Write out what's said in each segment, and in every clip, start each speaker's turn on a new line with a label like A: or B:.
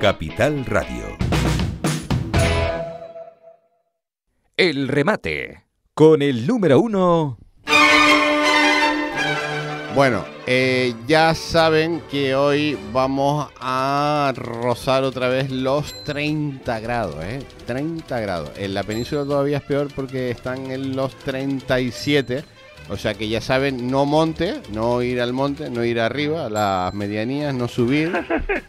A: Capital Radio.
B: El remate con el número uno.
C: Bueno, eh, ya saben que hoy vamos a rozar otra vez los 30 grados, ¿eh? 30 grados. En la península todavía es peor porque están en los 37. O sea que ya saben, no monte, no ir al monte, no ir arriba, a las medianías, no subir.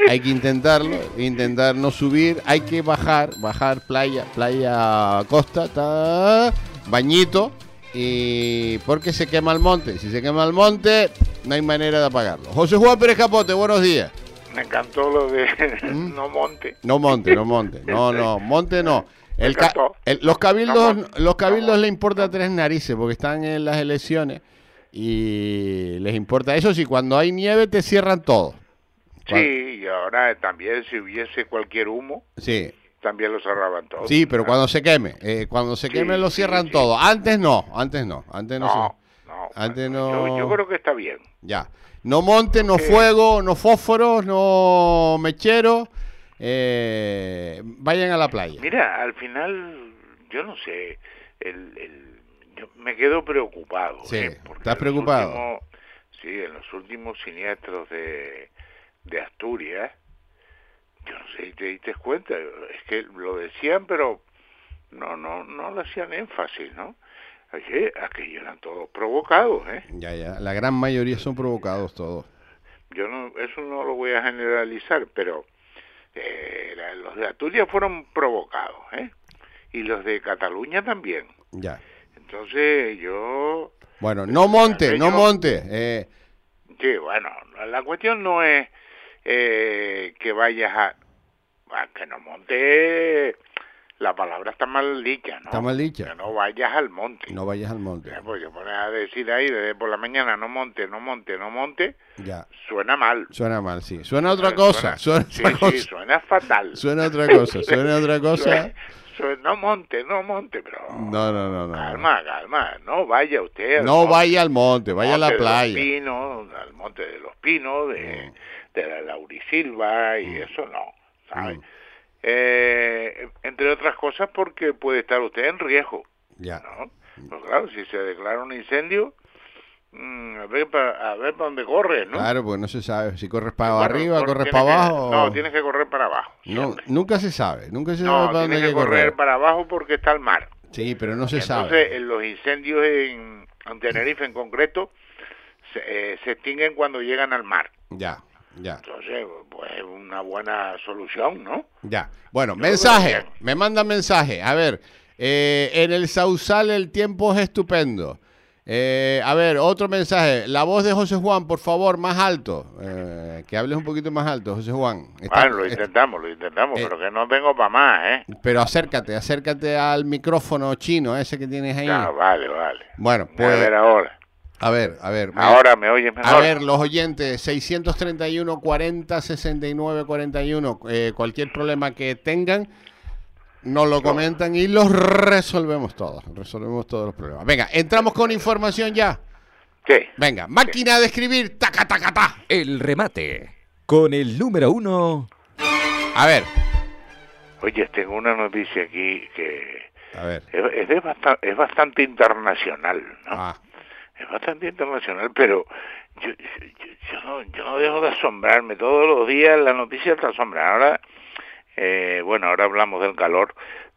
C: Hay que intentarlo, intentar no subir. Hay que bajar, bajar playa, playa, costa, ta, bañito. Y porque se quema el monte. Si se quema el monte, no hay manera de apagarlo. José Juan Pérez Capote, buenos días.
D: Me encantó lo de
C: ¿Mm?
D: no monte.
C: No monte, no monte. No, no, monte no. El ca-
D: encantó.
C: el- los cabildos,
D: Vamos.
C: los cabildos le importa tres narices porque están en las elecciones y les importa. Eso sí, cuando hay nieve te cierran todo. Cuan-
D: Sí, y ahora también si hubiese cualquier humo,
C: Sí,
D: también lo cerraban Ah, todos.
C: sí, pero cuando se queme, eh, cuando se
D: Sí,
C: queme lo
D: sí,
C: cierran
D: sí.
C: todo. Antes no, antes no, antes no.
D: No,
C: se-
D: no.
C: Antes
D: bueno,
C: no-
D: Yo, yo creo que está bien.
C: Ya. No monte, no fuego, no fósforos, no mechero. eh, vayan a la playa.
D: Mira, al final, yo no sé, el, el- yo me quedo preocupado.
C: Sí,
D: ¿eh? Porque
C: ¿estás
D: en los
C: preocupado?
D: últimos- sí, en los últimos siniestros de, de Asturias, yo no sé si te diste cuenta, es que lo decían, pero no, no, no le hacían énfasis, ¿no? Aquello, aquello eran todos provocados, ¿eh?
C: Ya, ya. La gran mayoría son provocados todos.
D: yo no, eso no lo voy a generalizar, pero eh, la- los de Asturias fueron provocados, ¿eh? Y los de Cataluña también.
C: Ya.
D: Entonces yo,
C: Bueno, no monte, no
D: Yo-
C: monte. eh,
D: sí, bueno, la cuestión no es eh, que vayas a, a que no monte, la palabra está mal dicha, ¿no?
C: Está mal dicha.
D: Que no vayas al monte.
C: no vayas al monte.
D: Ya, pues, Porque pones a decir ahí desde por la mañana, no monte, no monte, no monte,
C: Ya.
D: suena mal.
C: Suena mal, sí. Suena otra cosa. Suena,
D: sí,
C: otra
D: sí,
C: cosa.
D: suena fatal.
C: Suena otra cosa. Suena otra cosa.
D: Sue- sue- no monte, no monte, pero...
C: No, no, no, no.
D: Calma, calma, no vaya usted. al
C: No
D: monte-
C: vaya al monte, vaya a la
D: monte de los
C: playa. Mm.
D: Pinos, al monte de los pinos, de, de la laurisilva y eso no, ¿sabe?
C: Mm.
D: Eh, entre otras cosas porque puede estar usted en riesgo,
C: Ya.
D: ¿no?
C: Mm.
D: Pues claro, si se declara un incendio, mm, a ver para dónde corres, ¿no?
C: Claro, porque no se sabe si corres para
D: Bueno,
C: arriba,
D: cor-
C: corres
D: tienes
C: para
D: que-
C: abajo. o-
D: No, tienes que correr para abajo.
C: No,
D: siempre.
C: nunca se sabe, nunca se sabe
D: No,
C: para dónde
D: tienes
C: hay
D: que correr para abajo porque está el mar.
C: Sí, pero no se
D: Entonces,
C: sabe.
D: eh, los incendios en, en Tenerife en concreto se, eh, se extinguen cuando llegan al mar.
C: Ya, ya,
D: Entonces, pues es una buena solución, ¿no?
C: ya. Bueno,
D: creo
C: mensaje,
D: que-
C: me manda mensaje. A ver, eh, en el Sausal el tiempo es estupendo. Eh, a ver, otro mensaje. La voz de José Juan, por favor, más alto. Eh, que hables un poquito más alto, José Juan. Está-
D: Bueno, Ah, lo
C: está-
D: intentamos, lo intentamos,
C: eh,
D: pero que no tengo para más, ¿eh?
C: pero acércate, acércate al micrófono chino ese que tienes ahí.
D: Ah, vale, vale.
C: Bueno,
D: A ver
C: pues,
D: ahora.
C: a ver, a ver. mira.
D: Ahora me oyes mejor.
C: A ver, los oyentes, 631 40 69 41, eh, cualquier problema que tengan, nos lo comentan y los resolvemos todos. Resolvemos todos los problemas. Venga, entramos con información ya.
D: Sí.
C: Venga, máquina de escribir, taca, taca, ta.
B: El remate con el número uno.
C: A ver,
D: Oye, tengo una noticia aquí que
C: a ver.
D: es, es de basta- es bastante internacional, ¿no?
C: Ah,
D: Es bastante internacional, pero yo, yo- yo- yo no, yo no dejo de asombrarme. Todos los días la noticia te asombra. Ahora, eh, bueno, ahora hablamos del calor,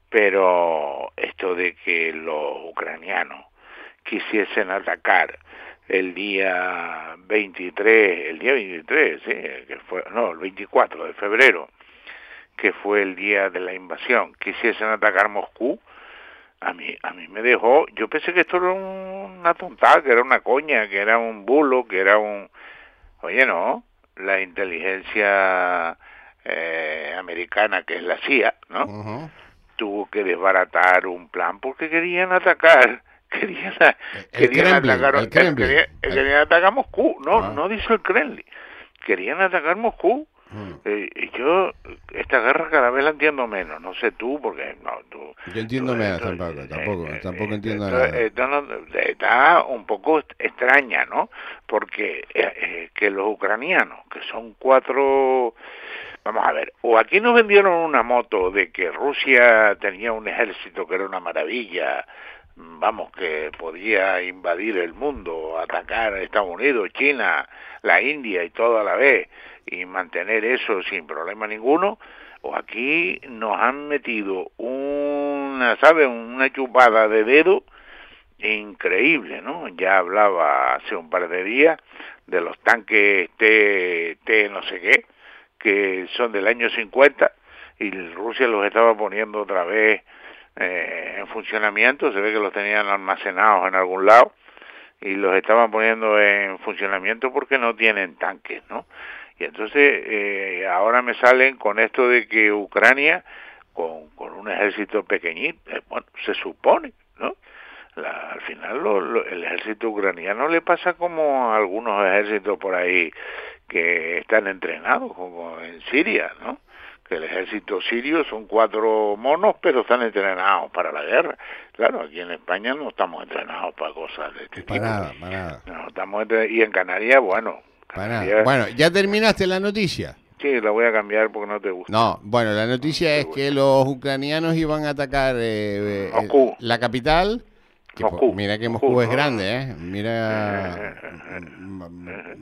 D: pero esto de que los ucranianos quisiesen atacar el día 23, el día 23, sí, que fue, no, el 24 de febrero, que fue el día de la invasión, quisiesen atacar Moscú, a mí, a mí me dejó, yo pensé que esto era un- una tontada, que era una coña, que era un bulo, que era un... Oye, no, la inteligencia eh, americana, que es la CIA, ¿no?
C: Ah, Ujú.
D: tuvo que desbaratar un plan porque querían atacar querían, a-
C: El
D: querían
C: Kremlin,
D: atacar
C: el Kremlin.
D: querían, querían atacar Moscú no
C: Ah.
D: no dice el Kremlin querían atacar Moscú Eh, y yo esta guerra cada vez la entiendo menos no sé tú porque no tú
C: Yo entiendo
D: tú-
C: nada,
D: tú-
C: tampoco,
D: eh,
C: tampoco,
D: eh,
C: tampoco entiendo
D: eh,
C: nada.
D: eh, Donald, eh, está un poco est- extraña no porque eh, eh, que los ucranianos que son cuatro Vamos a ver, o aquí nos vendieron una moto de que Rusia tenía un ejército que era una maravilla, mm, vamos, que podía invadir el mundo, atacar a Estados Unidos, China, la India y todo a la vez, y mantener eso sin problema ninguno, o aquí nos han metido una, ¿sabe?, una chupada de dedo increíble, ¿no? Ya hablaba hace un par de días de los tanques T, T no sé qué, que son del año 50 y Rusia los estaba poniendo otra vez eh, en funcionamiento, se ve que los tenían almacenados en algún lado y los estaban poniendo en funcionamiento porque no tienen tanques, ¿no? Y entonces eh, ahora me salen con esto de que Ucrania, con, con un ejército pequeñito, eh, bueno, se supone, ¿no? La- al final lo- lo- el ejército ucraniano le pasa como a algunos ejércitos por ahí que están entrenados, como en Siria, ¿no? Que el ejército sirio son cuatro monos, pero están entrenados para la guerra. Claro, aquí en España no estamos entrenados para cosas de este tipo.
C: Para nada, para nada.
D: No, estamos entre- y en Canarias, bueno.
C: Para nada.
D: Canarias-
C: Bueno, ¿ya terminaste la noticia?
D: Sí, la voy a cambiar porque no te gusta.
C: No, bueno, la noticia es que los ucranianos iban a atacar eh, eh,
D: Moscú.
C: la capital. que po-
D: Moscú.
C: Mira que
D: Moscú,
C: Moscú es
D: ¿no? eh,
C: grande, ¿eh? Mira. m- m-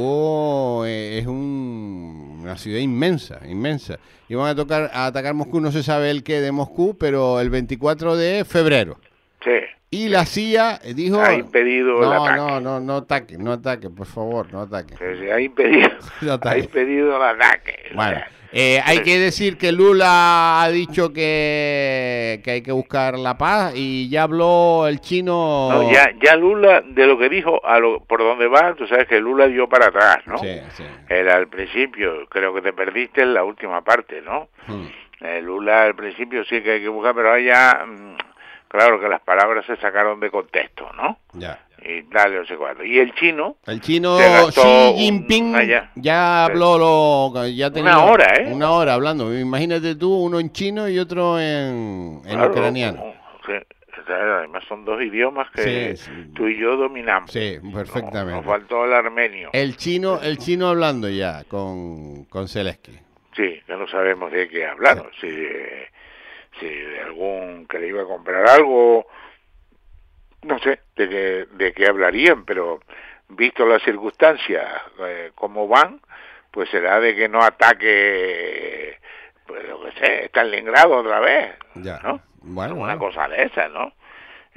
C: Moscú eh, es un- una ciudad inmensa, inmensa. Iban a, tocar, a atacar Moscú, no se sabe el qué de Moscú, pero el 24 de febrero.
D: Sí.
C: Y la CIA dijo.
D: Ha impedido el
C: no,
D: ataque".
C: No, no, no ataque, no ataque, por favor, no ataque.
D: Se, se ha impedido,
C: No
D: ha
C: ataque.
D: impedido el ataque. O
C: Bueno,
D: sea,
C: eh, hay que decir que Lula ha dicho que, que hay que buscar la paz y ya habló el chino.
D: no, ya, ya Lula, de lo que dijo, a lo, por donde va, tú sabes que Lula dio para atrás, ¿no?
C: Sí, sí.
D: Era al principio, creo que te perdiste en la última parte, ¿no?
C: Hmm.
D: Eh, Lula al principio sí que hay que buscar, pero ahora ya, mm, claro que las palabras se sacaron de contexto, ¿no?
C: Ya.
D: Y dale, no sé cuándo. Y el chino,
C: El chino
D: Se gastó
C: Xi
D: un-
C: Jinping
D: allá.
C: ya
D: Sí.
C: habló, lo, ya tenía
D: Una hora, ¿eh?
C: Una hora hablando. Imagínate tú, uno en chino y otro en, en
D: claro,
C: ucraniano.
D: o- sí, o sea, además son dos idiomas que
C: Sí, sí.
D: tú y yo dominamos.
C: Sí,
D: Nos
C: perfectamente.
D: faltó el armenio.
C: El chino, el chino hablando ya con, con Zelensky.
D: Sí, ya no sabemos de qué hablar. Si, de- si de algún que le iba a comprar algo, no sé de qué, de qué hablarían, pero visto las circunstancias, eh, cómo van, pues será de que no ataque, pues lo que sé, Stalingrado otra vez.
C: Ya.
D: ¿no?
C: Bueno,
D: Alguna
C: bueno.
D: cosa de esa, ¿no?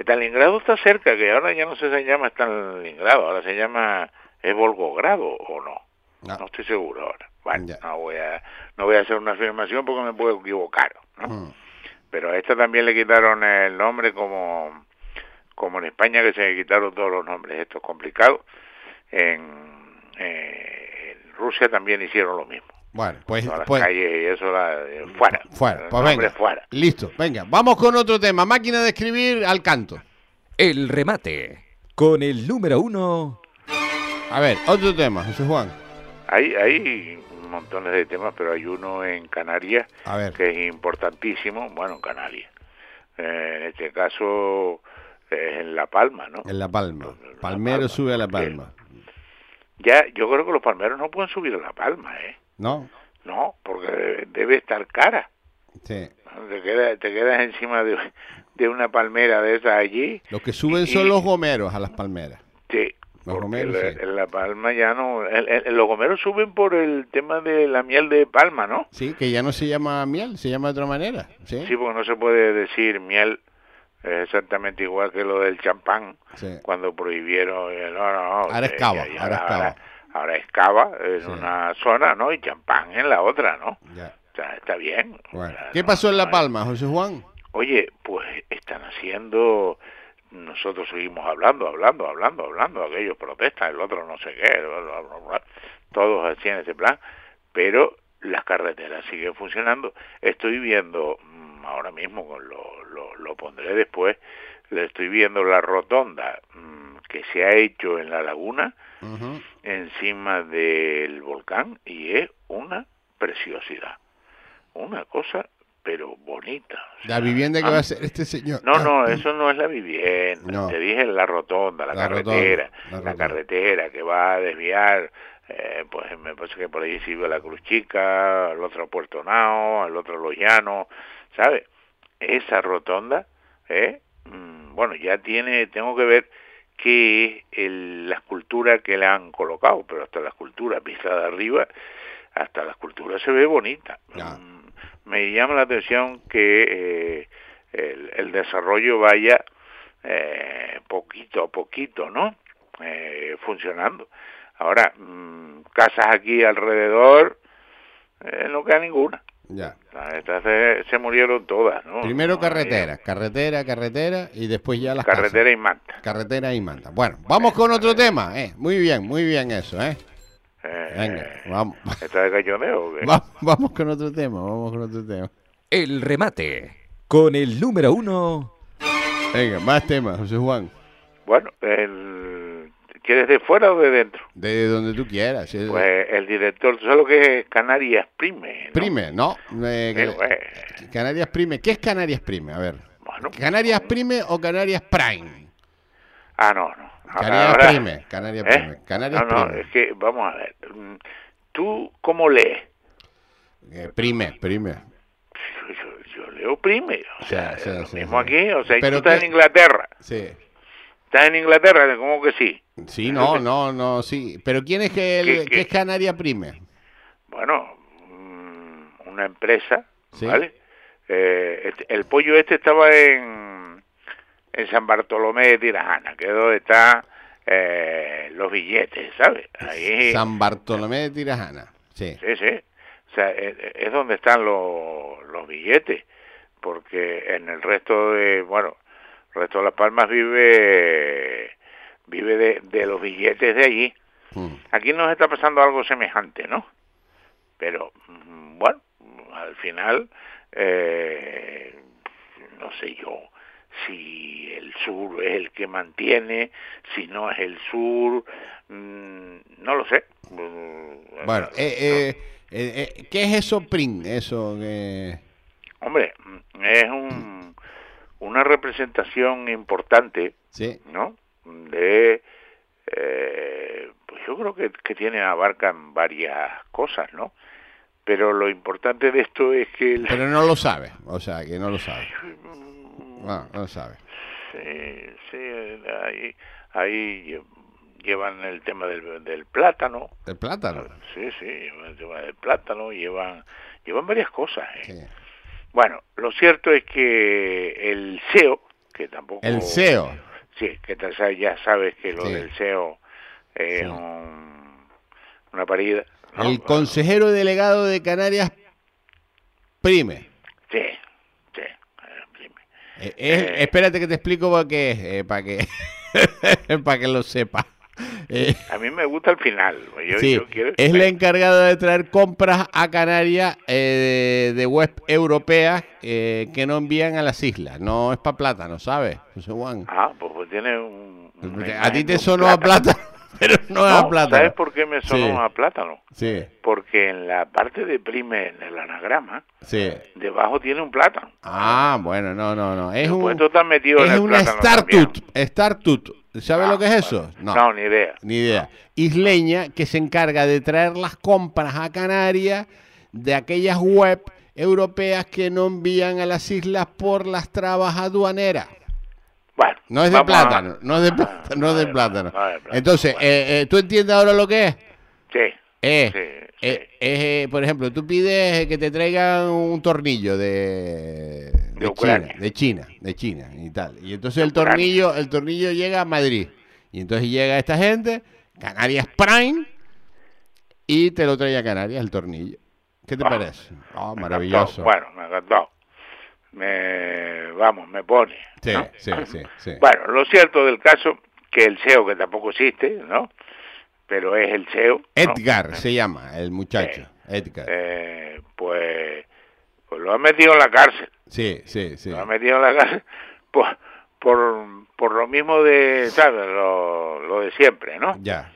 D: Stalingrado está cerca, que ahora ya no sé si se llama Stalingrado, ahora se llama, es Volgogrado o no.
C: Ah.
D: No estoy seguro ahora. Vale,
C: Ya.
D: no voy a no voy a hacer una afirmación porque me puedo equivocar, ¿no?
C: Hmm.
D: Pero a esta también le quitaron el nombre como como en España que se le quitaron todos los nombres estos complicados. En, eh, en Rusia también hicieron lo mismo.
C: Bueno, pues,
D: Todas las
C: pues
D: calles y eso la- eh, fuera.
C: Fuera,
D: El
C: pues
D: nombre
C: venga.
D: fuera.
C: Listo, venga. Vamos con otro tema. Máquina de escribir al canto.
B: El remate. Con el número uno.
C: A ver, otro tema, José Juan.
D: Hay hay montones de temas, pero hay uno en Canarias
C: A ver.
D: que es importantísimo, bueno, en Canarias. Eh, en este caso es en La Palma, ¿no?
C: En La Palma.
D: La
C: Palmero
D: Palma,
C: sube a La
D: sí.
C: Palma.
D: Ya, yo creo que los palmeros no pueden subir a La Palma, ¿eh?
C: ¿No?
D: No, porque debe, debe estar cara.
C: Sí.
D: Te, queda- te quedas encima de, de una palmera de esas allí.
C: Los que suben son los gomeros a las palmeras.
D: Sí.
C: Los
D: porque
C: gomeros,
D: la-
C: sí.
D: en La Palma ya no... el- el- los gomeros suben por el tema de la miel de palma, ¿no?
C: Sí, que ya no se llama miel, se llama de otra manera. Sí.
D: Sí, porque no se puede decir miel eh, exactamente igual que lo del champán
C: Sí.
D: cuando prohibieron. eh, no, no, no,
C: Ahora es
D: eh,
C: cava,
D: ya- ya-
C: ahora es cava.
D: ahora- ahora es cava en
C: Sí.
D: una zona, ¿no? Y champán en la otra, ¿no?
C: Ya.
D: O sea, está bien.
C: Bueno.
D: O sea,
C: ¿Qué
D: no-
C: pasó en
D: no
C: La
D: hay-
C: Palma, José Juan?
D: Oye, pues están haciendo. Nosotros seguimos hablando, hablando, hablando, hablando. Aquellos protestan, el otro no sé qué. bla, bla, bla, bla. todos hacían ese plan, pero las carreteras siguen funcionando. Estoy viendo mm, ahora mismo, con lo, lo, lo pondré después, le estoy viendo la rotonda mm, que se ha hecho en la laguna
C: Ujú.
D: encima del volcán y es una preciosidad, una cosa pero bonita. O sea,
C: La vivienda que va a
D: am-
C: hacer este señor.
D: Ah. no, no, eh. eso no es la vivienda.
C: No.
D: Te dije la rotonda, la,
C: La rotonda,
D: carretera,
C: la
D: la,
C: rotonda.
D: carretera que va a desviar. eh, pues me parece que por ahí sirve la Cruz Chica, al otro Puerto Nao, al otro Los Llanos, ¿sabes? Esa rotonda, ¿eh? Mm, bueno, ya tiene, tengo que ver qué es el- la escultura que le han colocado, pero hasta la escultura vista de arriba, hasta la escultura se ve bonita.
C: Ya.
D: Mm, Me llama la atención que eh, el, el desarrollo vaya eh, poquito a poquito, ¿no? Eh, funcionando. Ahora, mm, casas aquí alrededor, eh, no queda ninguna.
C: Ya.
D: Estas se, se murieron todas, ¿no?
C: Primero
D: Oh, No había-
C: carretera, carretera, carretera y después ya las casas.
D: Carretera y manta.
C: Carretera y manta. Bueno, vamos con otro tema, eh. Muy bien, muy bien eso, eh.
D: Eh,
C: Venga, vamos.
D: ¿Está de cachondeo o qué?
C: Va- vamos con otro tema, vamos con otro tema.
B: El remate. Con el número uno.
C: Venga, más temas, José Juan.
D: Bueno, el... ¿quieres de fuera o de dentro?
C: De donde tú quieras. eh. si es-
D: Pues el director, ¿tú sabes lo que es Canarias Prime? no?
C: prime, ¿no? eh,
D: Eh,
C: Cana-
D: pues,
C: Canarias Prime. ¿Qué es Canarias Prime? A ver.
D: Bueno.
C: ¿Canarias Prime o Canarias Prime?
D: Ah, no, no. Ahora-
C: Canarias
D: ahora-
C: Prime, Canarias
D: ¿Eh?
C: Prime, Canarias
D: no, no,
C: Prime.
D: es que, vamos a ver. mm, ¿Tú cómo lees?
C: Eh, prime, Prime.
D: Yo, yo- yo leo Prime. O sea,
C: sí,
D: es lo
C: sí,
D: mismo
C: sí.
D: aquí. O sea, y
C: Pero
D: tú estás
C: qué-
D: en Inglaterra.
C: Sí.
D: ¿Estás en Inglaterra? ¿Cómo que sí?
C: Sí, no, no, no, sí. Pero ¿quién es que el,
D: ¿Qué-
C: que
D: qué?
C: es Canaria Prime?
D: Bueno, mm, una empresa,
C: Sí.
D: ¿vale? Eh, este- el pollo este estaba en, en San Bartolomé de Tirajana, que es donde están eh, los billetes, ¿sabes? Ahí,
C: San Bartolomé de Tirajana. Sí.
D: Sí, sí. O sea, es, es donde están los, los billetes, porque en el resto de, bueno, el resto de Las Palmas vive vive de, de los billetes de allí.
C: Mm.
D: Aquí nos está pasando algo semejante, ¿no? Pero, mm, bueno, al final, eh, no sé yo si el sur es el que mantiene, si no es el sur, mm, no lo sé. Mm,
C: Bueno, eh, eh, eh, eh, ¿qué es eso Prime? Eso que...
D: Hombre, mm, es un, una representación importante,
C: Sí.
D: ¿no? De, eh, pues yo creo que, que tiene, abarcan varias cosas, ¿no? Pero lo importante de esto es que... el-
C: Pero no lo sabe, o sea, que no lo sabe. No, no lo sabe.
D: Sí, sí, ahí, ahí lle- llevan el tema del, del plátano,
C: El plátano.
D: sí, sí, llevan el tema del plátano, llevan, llevan varias cosas, ¿eh?
C: Sí.
D: Bueno, lo cierto es que el CEO, que tampoco...
C: El E CEO.
D: Sí, que te sa- ya sabes que lo
C: Sí.
D: del CEO es
C: Sí.
D: un- una parida. ¿no?
C: El consejero delegado de Canarias Prime.
D: Sí, sí. eh, sí.
C: Eh, eh, espérate que te explico para qué es, eh, para que, para que lo sepa. Eh,
D: A mí me gusta el final. pues Yo,
C: sí,
D: yo quiero-
C: es la encargada de traer compras a Canarias eh, de, de web europeas eh, que no envían a las islas. No es para plátano, ¿sabes? José Juan.
D: Ah, pues, pues tiene un... una
C: A
D: imagen
C: ti
D: de
C: te
D: un
C: sonó a plátano, pero no es a
D: No,
C: plátano.
D: ¿Sabes por qué me sonó
C: Sí.
D: a plátano?
C: Sí,
D: Porque en la parte de prime, en el anagrama,
C: sí.
D: debajo tiene un plátano.
C: Ah, bueno, no, no, no. Es, un,
D: Pues tú estás metido en
C: es
D: el
C: una
D: plátano también.
C: startup. startup. ¿Sabes
D: Ah,
C: lo que es
D: vale.
C: eso?
D: No. ni idea.
C: Ni idea. Isleña que se encarga de traer las compras a Canarias de aquellas web europeas que no envían a las islas por las trabas aduaneras.
D: Bueno,
C: No es de
D: vamos a- Ah,
C: plátano, no es de plátano, no es de
D: vale,
C: plátano.
D: vale, plátano,
C: Entonces,
D: bueno.
C: eh, eh, ¿tú entiendes ahora lo que es?
D: Sí.
C: Eh,
D: Sí,
C: eh,
D: sí.
C: eh, eh, por ejemplo, tú pides eh, que te traigan un tornillo de, de, China,
D: Ucrania.
C: de China, de China y tal. Y entonces el
D: Ucrania.
C: tornillo, el tornillo llega a Madrid. Y entonces llega esta gente, Canarias Prime, y te lo trae a Canarias el tornillo. ¿Qué te
D: Ah,
C: parece? Oh,
D: Me
C: maravilloso.
D: encantó. Bueno, me ha encantado. Me, vamos, me pone.
C: Sí,
D: ¿no?
C: sí, sí, sí.
D: Bueno, lo cierto del caso, que el CEO, que tampoco existe, ¿no? pero es el CEO. ¿no?
C: Edgar se llama el muchacho. Edgar.
D: Eh, pues, pues lo han metido en la cárcel.
C: Sí, sí, sí.
D: Lo han metido en la cárcel por, por, por lo mismo de, ¿sabes? Lo, lo de siempre, ¿no?
C: Ya.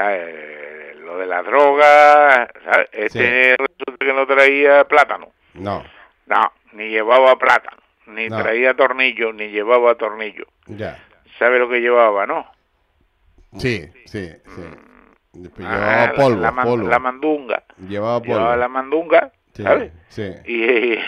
D: Eh, lo de la droga, ¿sabes? Este resulta que no traía plátano.
C: No,
D: No, ni llevaba plátano, ni
C: No.
D: traía tornillo, ni llevaba tornillo.
C: ya.
D: ¿Sabe lo que llevaba, no?
C: Sí, sí, sí. Pues
D: Ah,
C: Llevaba
D: la-
C: polvo,
D: la, man-
C: polvo.
D: la mandunga.
C: Llevaba polvo.
D: Llevaba la mandunga,
C: Sí,
D: ¿sabes?
C: sí.
D: Y, y-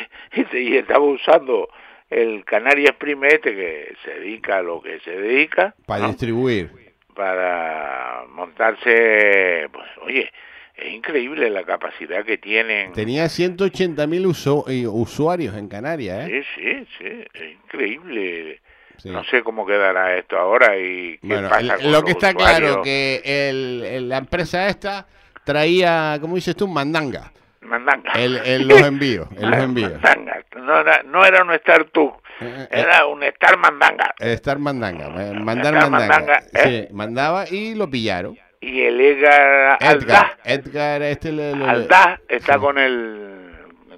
D: y estaba usando el Canarias Prime este que se dedica a lo que se dedica
C: Para
D: ¿no?
C: distribuir.
D: para montarse, pues oye, es increíble la capacidad que tienen.
C: Tenía 180 mil eh, usuarios en Canarias, ¿eh?
D: Sí, sí, sí, es increíble.
C: Sí.
D: No sé cómo quedará esto ahora y qué
C: Bueno,
D: pasa
C: el-
D: con
C: lo
D: los
C: que está
D: usuarios.
C: claro que el- el- la empresa esta traía, ¿cómo dices tú? Mandanga.
D: Mandanga.
C: El, el- los envíos, en los envíos.
D: Mandanga. No era, no era un Star tú,
C: Eh, eh,
D: era un Star Mandanga.
C: Estar mandanga, eh, mandar mandanga.
D: Estar mandanga, ¿eh?
C: Sí, mandaba y lo pillaron.
D: Y el Edgar Aldaz,
C: Edgar, Edgar, este le, le-
D: Aldaz está con el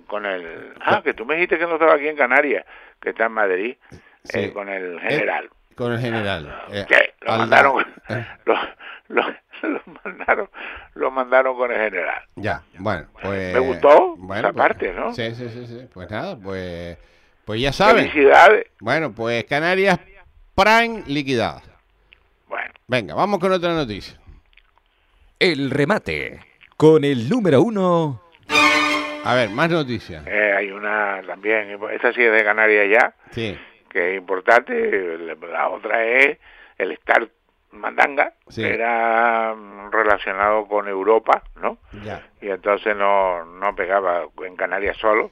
D: con el ah que tú me dijiste que no estaba aquí en Canarias que está en Madrid
C: Sí.
D: eh, con el general
C: con el general. eh,
D: que lo
C: Aldaz.
D: mandaron
C: Eh,
D: lo, lo- lo mandaron lo mandaron con el general
C: Ya, bueno, pues.
D: Me gustó esa
C: pues,
D: parte, ¿no?
C: Sí, sí, sí, sí. Pues nada, pues, pues ya saben.
D: felicidades
C: Bueno, pues Canarias Prime liquidada.
D: bueno
C: Venga, vamos con otra noticia.
B: El remate. Con el número uno.
C: A ver, más noticias.
D: eh, hay una también esta sí es de Canarias ya
C: Sí,
D: que es importante. La, la otra es el Star Mandanga,
C: Sí.
D: que era mm, relacionado con Europa, ¿no?
C: ya.
D: Y entonces no, no pegaba en Canarias solo,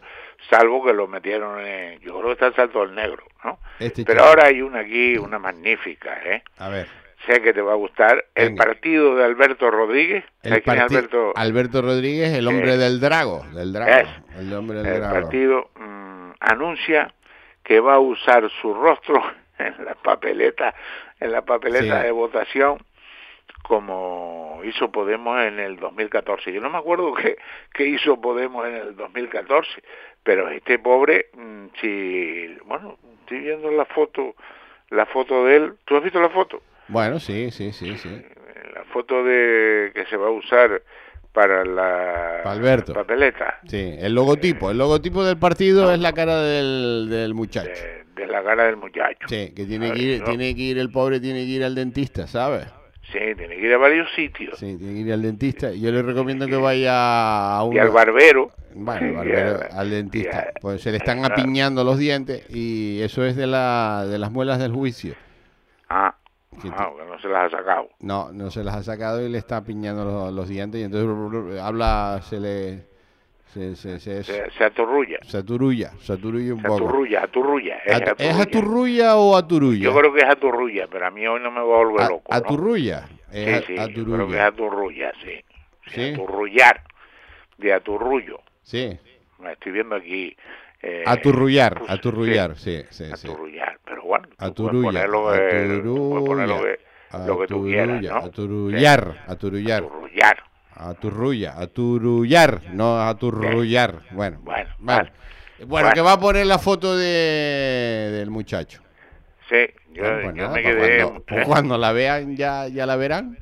D: salvo que lo metieron en, yo creo que está el Salto del Negro, ¿no?
C: Este
D: Pero
C: chico.
D: ahora hay una aquí, una magnífica, ¿eh?
C: A ver.
D: Sé que te va a gustar. El
C: Venga.
D: partido de Alberto Rodríguez. ¿Sabes
C: El
D: quién es
C: parti-
D: Alberto?
C: Alberto Rodríguez, el hombre
D: Eh,
C: del drago. Del drago.
D: es.
C: El hombre del
D: el
C: drago.
D: partido mm, anuncia que va a usar su rostro en la papeleta en la papeleta
C: Sí.
D: de votación como hizo Podemos en el 2014. Yo no me acuerdo qué, qué hizo Podemos en el 2014, pero este pobre, mm, si, bueno, estoy viendo la foto, la foto de él. ¿Tú has visto la foto?
C: Bueno, sí, sí, sí, sí.
D: La foto de que se va a usar para la
C: Pa' Alberto.
D: papeleta.
C: Sí, el logotipo. El logotipo del partido
D: Ah.
C: es la cara del, del muchacho.
D: de, de la cara del muchacho.
C: Sí, que tiene
D: Ay,
C: que, ir,
D: no.
C: tiene que ir el pobre, tiene que ir al dentista, ¿sabes?
D: Sí, tiene que ir a varios sitios.
C: Sí, tiene que ir al dentista. Yo le recomiendo que vaya a un...
D: Y al barbero.
C: Bueno,
D: Y
C: el barbero,
D: a-
C: al dentista.
D: y a-
C: Pues se le están
D: claro.
C: apiñando los dientes y eso es de, la, de las muelas del juicio.
D: Ah,
C: Que te-
D: ah, que no se las ha sacado.
C: No, no se las ha sacado y le está apiñando los, los dientes y entonces blu, blu, blu, habla, se le... Se, se, se, se,
D: Se, se aturrulla.
C: se aturulla, se aturulla un
D: Se
C: poco.
D: aturrulla, aturrulla. Es
C: Atu- ¿Es
D: aturrulla.
C: aturrulla o aturulla?
D: Yo creo que es aturrulla, pero a mí hoy no me va a volver
C: A-
D: loco. ¿no?
C: Aturrulla.
D: Sí,
C: Es
D: sí,
C: a-
D: yo creo que es
C: aturrulla.
D: aturrulla, sí. Sí,
C: Sí.
D: Aturrullar. De aturrullo.
C: Sí.
D: Me estoy viendo aquí. eh,
C: Aturrullar,
D: puse-
C: aturrullar, sí, sí, sí.
D: Aturrullar, pero bueno, tú puedes
C: Aturulla,
D: ponerlo, eh, puedes poner lo
C: aturulla,
D: que, lo que tú quieras,
C: aturulla,
D: ¿no?
C: aturullar, aturullar,
D: Aturrullar.
C: aturrulla, aturullar, no aturrullar. Bueno,
D: Bueno,
C: vale.
D: vale.
C: Bueno,
D: Bueno.
C: que va a poner la foto de, del muchacho.
D: Sí, yo,
C: Bueno, pues
D: yo
C: nada,
D: me
C: pa'
D: quedé...
C: cuando, pa' cuando la vean, ya, ya la verán.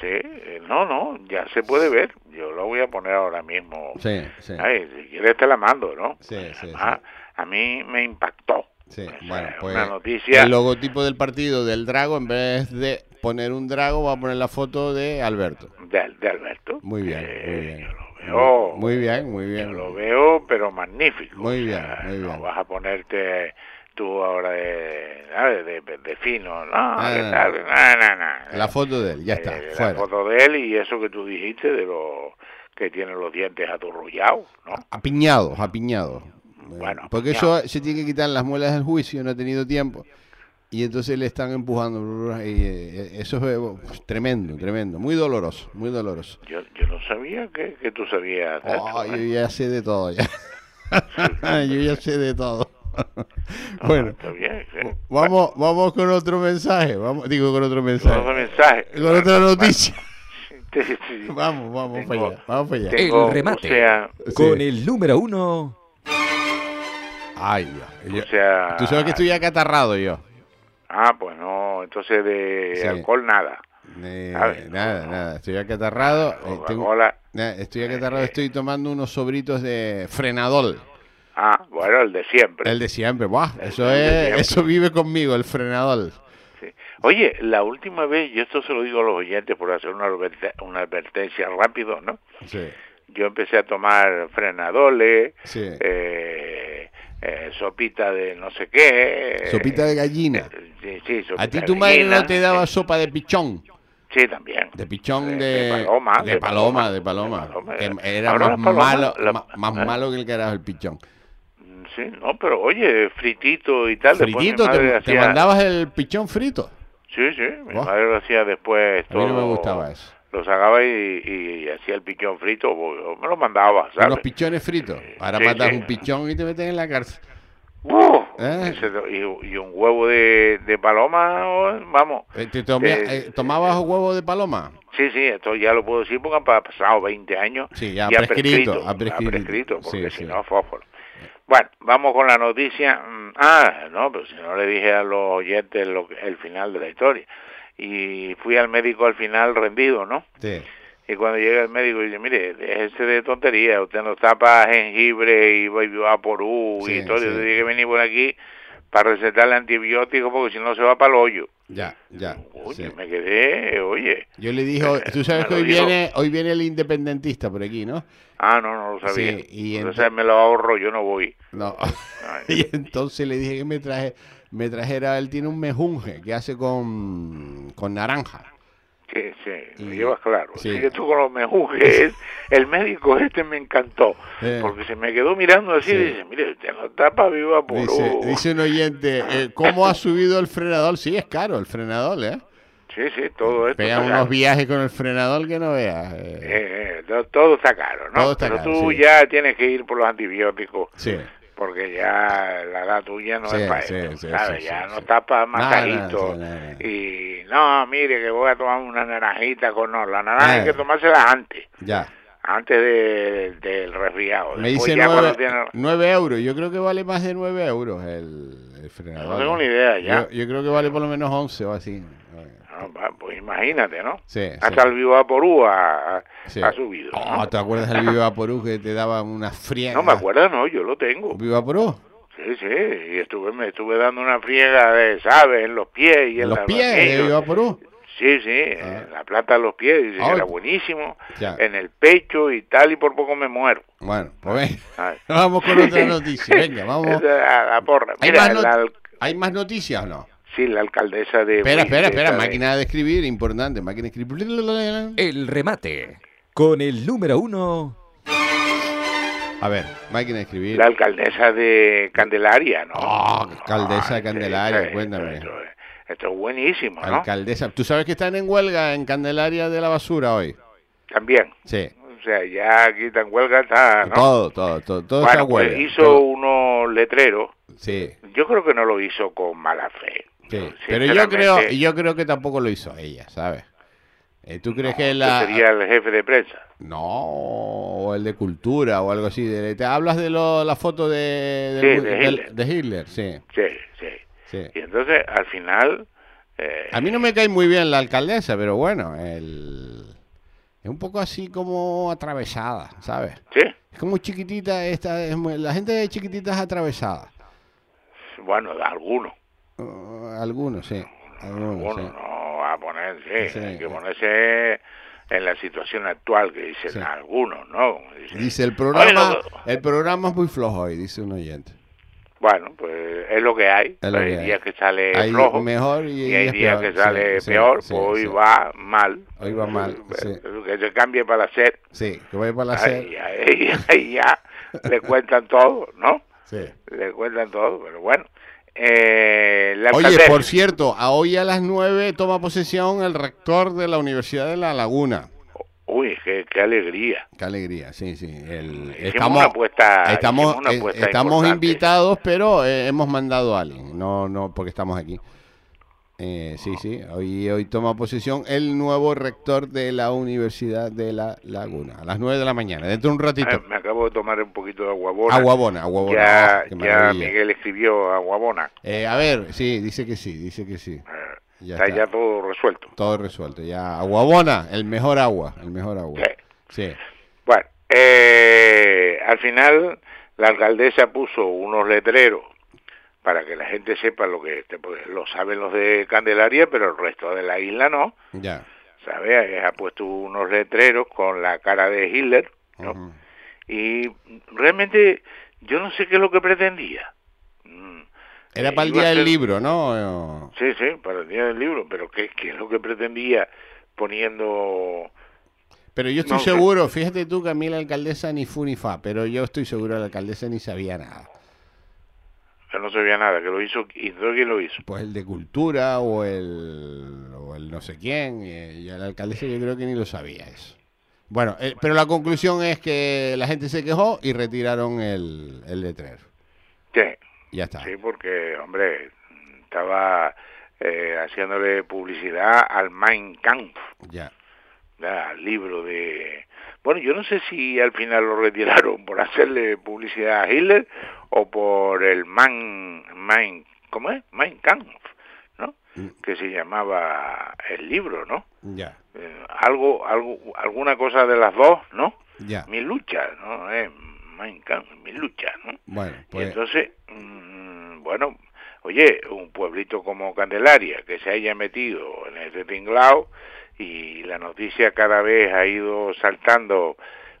D: Sí, eh, no, no, ya se puede ver. Yo lo voy a poner ahora mismo.
C: Sí, sí.
D: Ay, si quieres te la mando, ¿no?
C: Sí, sí, sí.
D: Ah, A mí me impactó.
C: Sí,
D: O sea,
C: bueno, pues
D: eh, Una noticia...
C: el logotipo del partido del Drago, en vez de poner un Drago, va a poner la foto de Alberto.
D: De, de Alberto.
C: Muy bien,
D: Eh,
C: muy bien.
D: Yo lo veo,
C: Muy bien, muy
D: yo
C: bien.
D: lo veo, pero magnífico.
C: Muy
D: O
C: bien,
D: sea,
C: muy bien.
D: No vas a ponerte tú ahora de, ¿sabes? de, de, de fino, no,
C: Ah,
D: ¿qué
C: no,
D: tal?
C: no.
D: No, no, no.
C: La foto de él, ya está,
D: Eh, la
C: fuera.
D: foto de él y eso que tú dijiste de los que tienen los dientes aturrullados, ¿no?
C: Apiñados, apiñados. Eh,
D: Bueno,
C: porque
D: apiñado.
C: eso se tiene que quitar las muelas del juicio, no ha tenido tiempo. Y entonces le están empujando. blu, blu, y, eh, eso es eh, pues, tremendo, tremendo. Muy doloroso, muy doloroso.
D: Yo, yo no sabía que, que tú sabías. de
C: Oh,
D: esto,
C: yo
D: ¿eh?
C: ya sé de todo ya. yo ya sé de todo. bueno,
D: Ah, Está bien, sí.
C: vamos, vamos con otro mensaje. Vamos, digo con otro
D: Con
C: mensaje.
D: otro mensaje. Ah,
C: Con otra noticia.
D: Sí, sí.
C: Vamos, vamos para
D: Tengo-
C: allá. Vamos para allá.
D: tengo-
B: El remate.
D: O sea,
B: Con
C: Sí.
B: el número uno.
C: Ay, Dios. Yo-
D: o sea,
C: Tú sabes que estoy acatarrado yo.
D: Ah, pues no, entonces de
C: Sí.
D: alcohol nada.
C: Eh,
D: A ver,
C: nada,
D: no, no.
C: nada. Estoy acatarrado. eh, tengo-
D: Coca-Cola.
C: nada,
D: Eh,
C: estoy acatarrado. Estoy tomando unos sobritos de frenadol.
D: Ah, bueno, el de siempre.
C: El de siempre. Buah, eso,
D: El de
C: es,
D: siempre.
C: eso vive conmigo, el frenadol.
D: Sí. Oye, la última vez, yo esto se lo digo a los oyentes por hacer una, adverte- una advertencia rápido, ¿no?
C: Sí.
D: Yo empecé a tomar frenadoles,
C: Sí.
D: eh, eh, sopita de no sé qué.
C: Sopita de
D: eh,
C: gallina.
D: sí, sí, sopita
C: A ti
D: de
C: tu madre no
D: gallina,
C: te daba
D: Sí,
C: sopa de pichón.
D: sí, también.
C: De pichón de,
D: De- de paloma,
C: De
D: de
C: paloma,
D: paloma,
C: de paloma.
D: de paloma. eh.
C: Que Era
D: Ahora
C: más
D: las palomas,
C: malo,
D: la-
C: ma- más
D: ¿eh?
C: malo que el carajo el pichón.
D: Sí, no, pero oye, fritito y tal. después mi
C: Fritito, te,
D: madre
C: te
D: hacía-
C: mandabas el pichón frito.
D: Sí, sí, mi
C: Buah.
D: madre lo hacía después.
C: A mí no me
D: todo-
C: gustaba eso.
D: Lo sacaba y, y- y hacía el pichón frito, o- o me lo mandaba, ¿sabes?
C: Unos pichones fritos. Ahora
D: Eh, Sí,
C: matas
D: sí.
C: un pichón y te meten en la cárcel.
D: ¡Uh!
C: ¿Eh?
D: Ese do- y, y un huevo de, de paloma, o- vamos.
C: Eh, ¿Te tomía-
D: Eh,
C: eh, tomabas huevo de paloma?
D: Sí, sí, esto ya lo puedo decir porque han pa- pasado 20 años.
C: Sí, ya
D: y ha
C: prescrito, ha
D: ha
C: prescrito.
D: prescrito, porque
C: Sí, sí.
D: si no, fósforo. Bueno, vamos con la noticia. Mm, Ah, no, pero si no le dije a los oyentes lo que- el final de la historia. Y fui al médico al final rendido, ¿no?
C: Sí.
D: Y cuando llega el médico dice, mire, déjese de tontería, usted nos tapa jengibre y baby vaporú
C: Sí,
D: y todo,
C: sí.
D: yo tiene que venir por aquí para recetarle antibióticos porque si no se va para el hoyo.
C: Ya, ya.
D: Oye,
C: sí.
D: me quedé, oye.
C: Yo le dije, hoy- tú sabes
D: me
C: que
D: lo
C: hoy
D: dijo.
C: viene, hoy viene el independentista por aquí, ¿no?
D: Ah, no, no lo sabía.
C: Sí, y
D: Entonces
C: ento-
D: me lo ahorro, yo no voy.
C: No.
D: Ay,
C: y entonces le dije que me traje, me trajera, él tiene un mejunje que hace con, con naranja.
D: sí, sí, lo
C: Y-
D: llevas claro.
C: sí.
D: Así que tú con los mejujes, el médico este me encantó,
C: Eh.
D: porque se me quedó mirando así
C: Sí.
D: y dice, mire, usted nos tapa viva vaporú.
C: Dice, dice un oyente, eh, ¿cómo ha subido el frenador? Sí, es caro el frenador, ¿eh?
D: Sí, sí, todo esto.
C: Pega
D: está
C: unos
D: caro.
C: viajes con el frenador que no veas. eh.
D: Eh, eh, to- todo está caro, ¿no?
C: Todo está
D: Pero
C: caro,
D: tú
C: sí.
D: ya tienes que ir por los antibióticos,
C: Sí.
D: porque ya la edad tuya no
C: Sí,
D: es para
C: sí,
D: eso,
C: sí,
D: ¿sabes?
C: sí,
D: ya
C: sí,
D: no
C: sí.
D: está para
C: No,
D: mascajitos.
C: no, sí, no, no.
D: Y no, mire, que voy a tomar una naranjita con... No, la naranja hay
C: Eh.
D: que tomársela antes,
C: Ya.
D: antes de- del resfriado.
C: Me
D: Después
C: dice
D: pues ya cuando
C: 9,
D: tiene-
C: euros. Yo creo que vale más de 9 euros el, el frenador.
D: No tengo ni idea,
C: Yo-
D: ya.
C: Yo, creo que vale por lo menos 11 o así.
D: No, va, pues imagínate, ¿no?
C: Sí,
D: Hasta
C: sí.
D: el viva por ha,
C: Sí.
D: ha subido.
C: Oh,
D: ¿no?
C: ¿Te acuerdas del Viva Porú que te daban una friega?
D: No me acuerdo, no, yo lo tengo.
C: ¿Viva Porú?
D: Sí, sí, y estuve, me estuve dando una friega de, ¿sabes? En los pies y en
C: En los
D: la-
C: pies de
D: aquello.
C: Viva Porú.
D: Sí, sí,
C: Ah.
D: en la plata de los pies, dice que
C: Ay.
D: era buenísimo,
C: Ya.
D: en el pecho y tal, y por poco me muero.
C: Bueno, pues ven.
D: Ay.
C: Vamos con otra noticia. Venga, vamos.
D: Esa, la porra.
C: ¿Hay
D: Mira,
C: más, not-
D: la, al-
C: ¿Hay más noticias o no?
D: sí, la alcaldesa de...
C: Espera,
D: Huiz,
C: espera, espera.
D: esa de-
C: Máquina de escribir, importante. Máquina de escribir.
B: El remate. Con el número uno.
C: A ver, máquina de escribir.
D: La alcaldesa de Candelaria, ¿no?
C: Ah, alcaldesa de
D: Ah,
C: Candelaria,
D: esto-
C: cuéntame.
D: Esto, esto- esto es buenísimo, ¿no?
C: Alcaldesa. Tú sabes que están en huelga en Candelaria de la Basura hoy.
D: También.
C: Sí.
D: O sea, ya aquí tan huelga está, ¿no?
C: Todo, todo, todo, todo está
D: bueno,
C: en huelga.
D: pues hizo
C: Todo.
D: unos letreros
C: Sí,
D: Yo creo que no lo hizo con mala fe.
C: sí.
D: ¿no?
C: Pero yo creo,
D: Sinceramente,
C: yo creo que tampoco lo hizo ella, ¿sabes? Eh, ¿Tú crees que
D: que
C: la...
D: sería el jefe de prensa.
C: No, o el de cultura o algo así. de- te hablas de lo- la foto de, del-
D: Sí, de
C: del-
D: Hitler.
C: de Hitler, sí,
D: Sí, sí.
C: sí.
D: Y entonces, al final... eh,
C: A mí no me cae muy bien la alcaldesa, pero bueno, el... es un poco así como atravesada, ¿sabes?
D: Sí,
C: Es como chiquitita, esta, es muy- la gente de chiquitita es atravesada.
D: bueno, de alguno.
C: Uh, algunos, sí. Algunos,
D: Alguno
C: sí.
D: no va a poner, sí,
C: Sí,
D: hay que
C: eh.
D: ponerse en la situación actual que dicen
C: Sí.
D: algunos, ¿no? Dicen,
C: Dice, el
D: "Oye,
C: programa,
D: loco".
C: el programa es muy flojo hoy, dice un oyente.
D: Bueno, pues es lo que hay.
C: Es lo
D: hay
C: que hay.
D: días que sale
C: Hay
D: flojo
C: mejor y,
D: y hay días
C: peor.
D: que sale
C: Sí, sí,
D: peor.
C: sí,
D: pues hoy
C: sí.
D: va mal.
C: Hoy va mal, sí.
D: Que se cambie para hacer.
C: Sí, que voy para la
D: Ahí
C: sed.
D: ya, ahí ya, ahí ya le cuentan todo, ¿no?
C: Sí.
D: Le cuentan todo, pero bueno. Eh, la
C: Oye,
D: alcaldesa-
C: por cierto, a hoy a las 9 toma posesión el rector de la Universidad de La Laguna.
D: Uy, qué, qué alegría.
C: Qué alegría, sí, sí. el-
D: Hicimos
C: estamos
D: una apuesta-
C: estamos,
D: hicimos una
C: eh,
D: apuesta
C: estamos
D: importante.
C: invitados, pero eh, hemos mandado a alguien, no, no, porque estamos aquí. Eh, sí, sí, hoy, hoy toma posesión el nuevo rector de la Universidad de La Laguna, a las 9 de la mañana, dentro de un
D: Ah,
C: ratito.
D: me acabo de tomar un poquito de aguabona.
C: Aguabona, Aguabona.
D: Ya,
C: ah, qué
D: ya
C: maravilla.
D: Miguel escribió aguabona.
C: Eh, a ver, sí, dice que sí, dice que sí. Ya
D: está,
C: está.
D: ya todo resuelto.
C: Todo resuelto, ya. Aguabona, el mejor agua, el mejor agua. Sí.
D: Bueno, eh, al final la alcaldesa puso unos letreros para que la gente sepa lo que este, pues, lo saben los de Candelaria, pero el resto de la isla no.
C: ya.
D: ¿Sabes? Ha puesto unos letreros con la cara de Hitler, ¿no?
C: Ujú.
D: Y realmente yo no sé qué es lo que pretendía. Mm,
C: Era
D: Eh,
C: para el
D: iba a
C: día del
D: ser-
C: libro, ¿no? Eh,
D: Sí, sí, para el día del libro, pero ¿qué, qué es lo que pretendía poniendo...
C: Pero yo estoy
D: No,
C: seguro, fíjate tú que a mí la alcaldesa ni fu ni fa, pero yo estoy seguro la alcaldesa ni sabía nada.
D: Yo no sabía nada, que lo hizo, y entonces quién lo hizo.
C: Pues el de cultura o el, o el no sé quién, eh, y la alcaldesa yo creo que ni lo sabía eso. Bueno, eh, pero la conclusión es que la gente se quejó y retiraron el, el letrero.
D: Sí,
C: Ya está.
D: Sí, porque, hombre, estaba eh, haciéndole publicidad al Mein Kampf,
C: Ya.
D: ¿verdad? al libro de... Bueno, yo no sé si al final lo retiraron por hacerle publicidad a Hitler o por el Mein... Mein ¿Cómo es? Mein Kampf, ¿no? Que se llamaba el libro, ¿no?
C: Ya.
D: Eh, algo, algo, alguna cosa de las dos, ¿no?
C: Ya.
D: Mi lucha, ¿no? Eh, Mein Kampf, mi lucha, ¿no?
C: Bueno,
D: Y
C: pues
D: entonces, mm, bueno, oye, un pueblito como Candelaria que se haya metido en este tinglao y la noticia cada vez ha ido saltando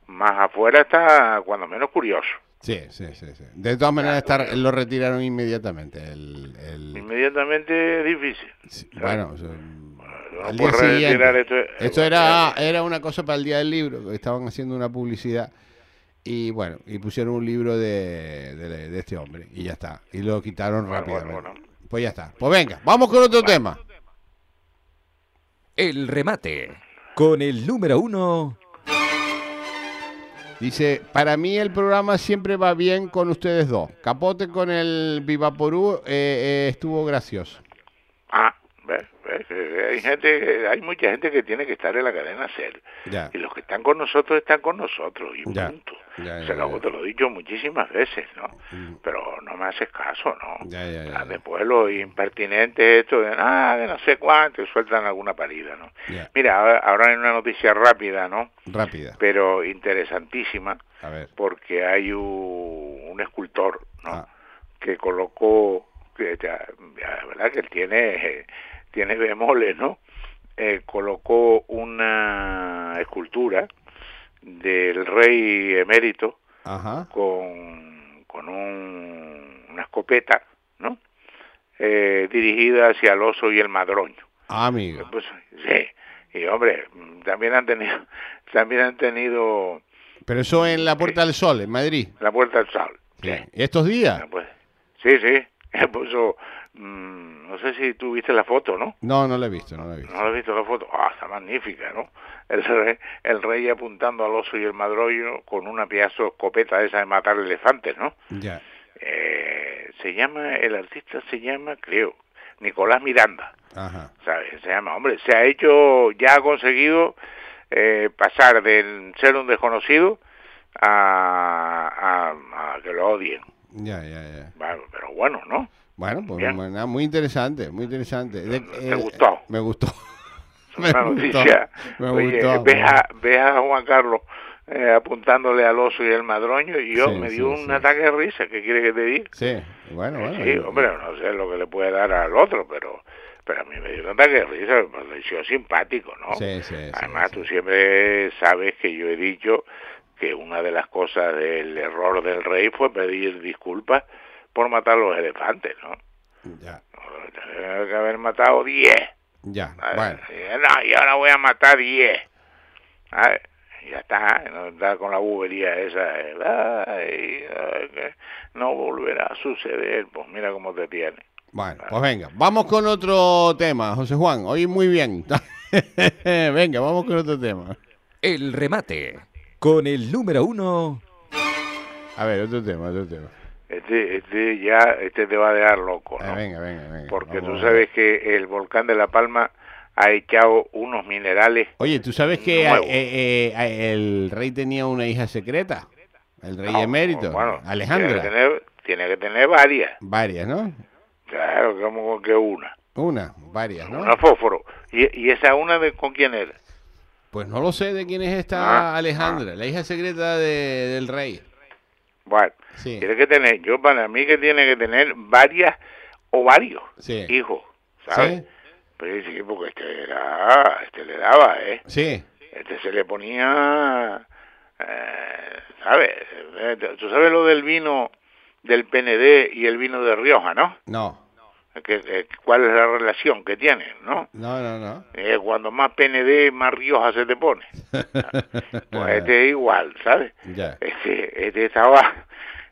D: más afuera, está cuando menos curioso.
C: Sí, sí, sí, sí. De todas maneras, estar, lo retiraron inmediatamente. El, el-
D: Inmediatamente es difícil.
C: sí, bueno, o sea,
D: No
C: al día
D: puedes retirar
C: siguiente.
D: esto, eh,
C: Esto era, ah, era una cosa para el Día del Libro, que estaban haciendo una publicidad. Y bueno, y pusieron un libro de, de- de este hombre y ya está. Y lo quitaron
D: Bueno, bueno,
C: rápidamente.
D: bueno.
C: Pues ya está. Pues venga, vamos con otro tema.
B: El remate. Con el número uno.
C: Dice, para mí el programa siempre va bien con ustedes dos. Capote con el Vivaporú eh, eh, estuvo gracioso.
D: Ah, ves, ves, eh, hay gente, hay mucha gente que tiene que estar en la cadena ser.
C: Ya.
D: Y los que están con nosotros están con nosotros y
C: Ya,
D: punto.
C: ya, ya,
D: Se lo,
C: ya. Mm.
D: te lo he dicho muchísimas veces, ¿no? Pero no me haces caso, ¿no?
C: Ya, ya, ya, ya.
D: Ah, Después los impertinentes esto de ah, de no sé cuánto, y sueltan alguna parida, ¿no?
C: Ya.
D: Mira, ahora, ahora hay una noticia rápida, ¿no?
C: Rápida.
D: Pero interesantísima,
C: A ver.
D: porque hay un, un escultor, ¿no?
C: Ah.
D: Que colocó, que ya- ya, la verdad que él tiene, tiene bemoles, ¿no? Eh, colocó una escultura del rey emérito
C: Ajá.
D: con, con un- una escopeta, ¿no? Eh, dirigida hacia el oso y el madroño.
C: Ah, amigo.
D: Pues, sí. Y hombre, mm, también han tenido, también han tenido
C: Pero eso en la Puerta del Sol, en Madrid.
D: la puerta al sol.
C: Bien. ¿Estos días?
D: Ah, pues, sí, sí. Puso, mm, no sé si tú viste la foto, ¿no?
C: No, no lo he visto, no lo he visto.
D: ¿No has visto la foto? Ah, está magnífica, ¿no? El rey, el rey apuntando al oso y el madroño con una piazo escopeta esa de matar elefantes, ¿no?
C: Ya.
D: Eh, se llama, el artista se llama, creo, Nicolás Miranda.
C: Ajá.
D: ¿sabes? Se llama, hombre, se ha hecho, ya ha conseguido eh, pasar de ser un desconocido a, a- a que lo odien.
C: Ya, ya, ya.
D: Bueno, Pero bueno, ¿no?
C: Bueno, pues
D: Bien.
C: bueno, muy interesante, muy interesante. De- eh,
D: ¿Te gustó?
C: Me gustó. Me
D: Una noticia.
C: Me
D: Oye,
C: gustó.
D: ves a, ves a Juan Carlos eh, apuntándole al oso y al madroño y yo
C: Sí,
D: me
C: sí,
D: dio un
C: sí.
D: ataque de risa. ¿Qué quiere que te diga?
C: Sí, bueno,
D: Eh,
C: bueno.
D: sí,
C: yo-
D: hombre, no sé lo que le puede dar al otro, pero pero a mí me dio tanta que risa, me pareció simpático, ¿no?
C: Sí, sí, sí,
D: Además,
C: sí.
D: tú siempre sabes que yo he dicho que una de las cosas del error del rey fue pedir disculpas por matar los elefantes, ¿no?
C: Ya,
D: Tenía que haber matado 10.
C: ya.
D: ¿sabes?
C: Bueno,
D: Y, No, y ahora voy a matar 10. ¿sabes? Y Ya está, no está con la bubería esa. eh, ay, ay, que no volverá a suceder. Pues mira cómo te tiene.
C: bueno, pues venga. Vamos con otro tema, José Juan. Hoy muy bien. venga, vamos con otro tema.
B: El remate. Con el número uno.
C: A ver, otro tema, otro tema.
D: Este, este ya este te va a dejar loco,
C: Eh,
D: ¿no?
C: venga, venga, venga.
D: Porque tú
C: Vamos.
D: sabes que el volcán de La Palma ha echado unos minerales.
C: Oye, ¿tú sabes que
D: Nuevo.
C: eh, eh, eh, el rey tenía una hija secreta? El rey
D: No,
C: emérito,
D: Ah, bueno, Tiene que,
C: Alejandra.
D: tener, tiene que tener varias.
C: Varias, ¿no?
D: Claro, como que una.
C: Una, varias, ¿no?
D: Una fósforo. ¿Y, y esa una de con quién era?
C: Pues no lo sé de quién es esta
D: Ah,
C: Alejandra, la hija secreta de- del rey.
D: Bueno,
C: Sí.
D: tiene que tener, yo para mí que tiene que tener varias o varios
C: Sí.
D: hijos, ¿sabes?
C: ¿Sí?
D: Pero sí, porque este era, este le daba, ¿eh?
C: Sí.
D: Este se le ponía, eh, ¿sabes? Eh, Tú sabes lo del vino del PND y el vino de Rioja, ¿no?
C: No.
D: Que, que- ¿Cuál es la relación que tienen, no?
C: No, no, no.
D: Eh, cuando más PND, más Rioja se te pone.
C: Ah.
D: Pues este es igual, ¿sabes?
C: Ya.
D: Este, este estaba,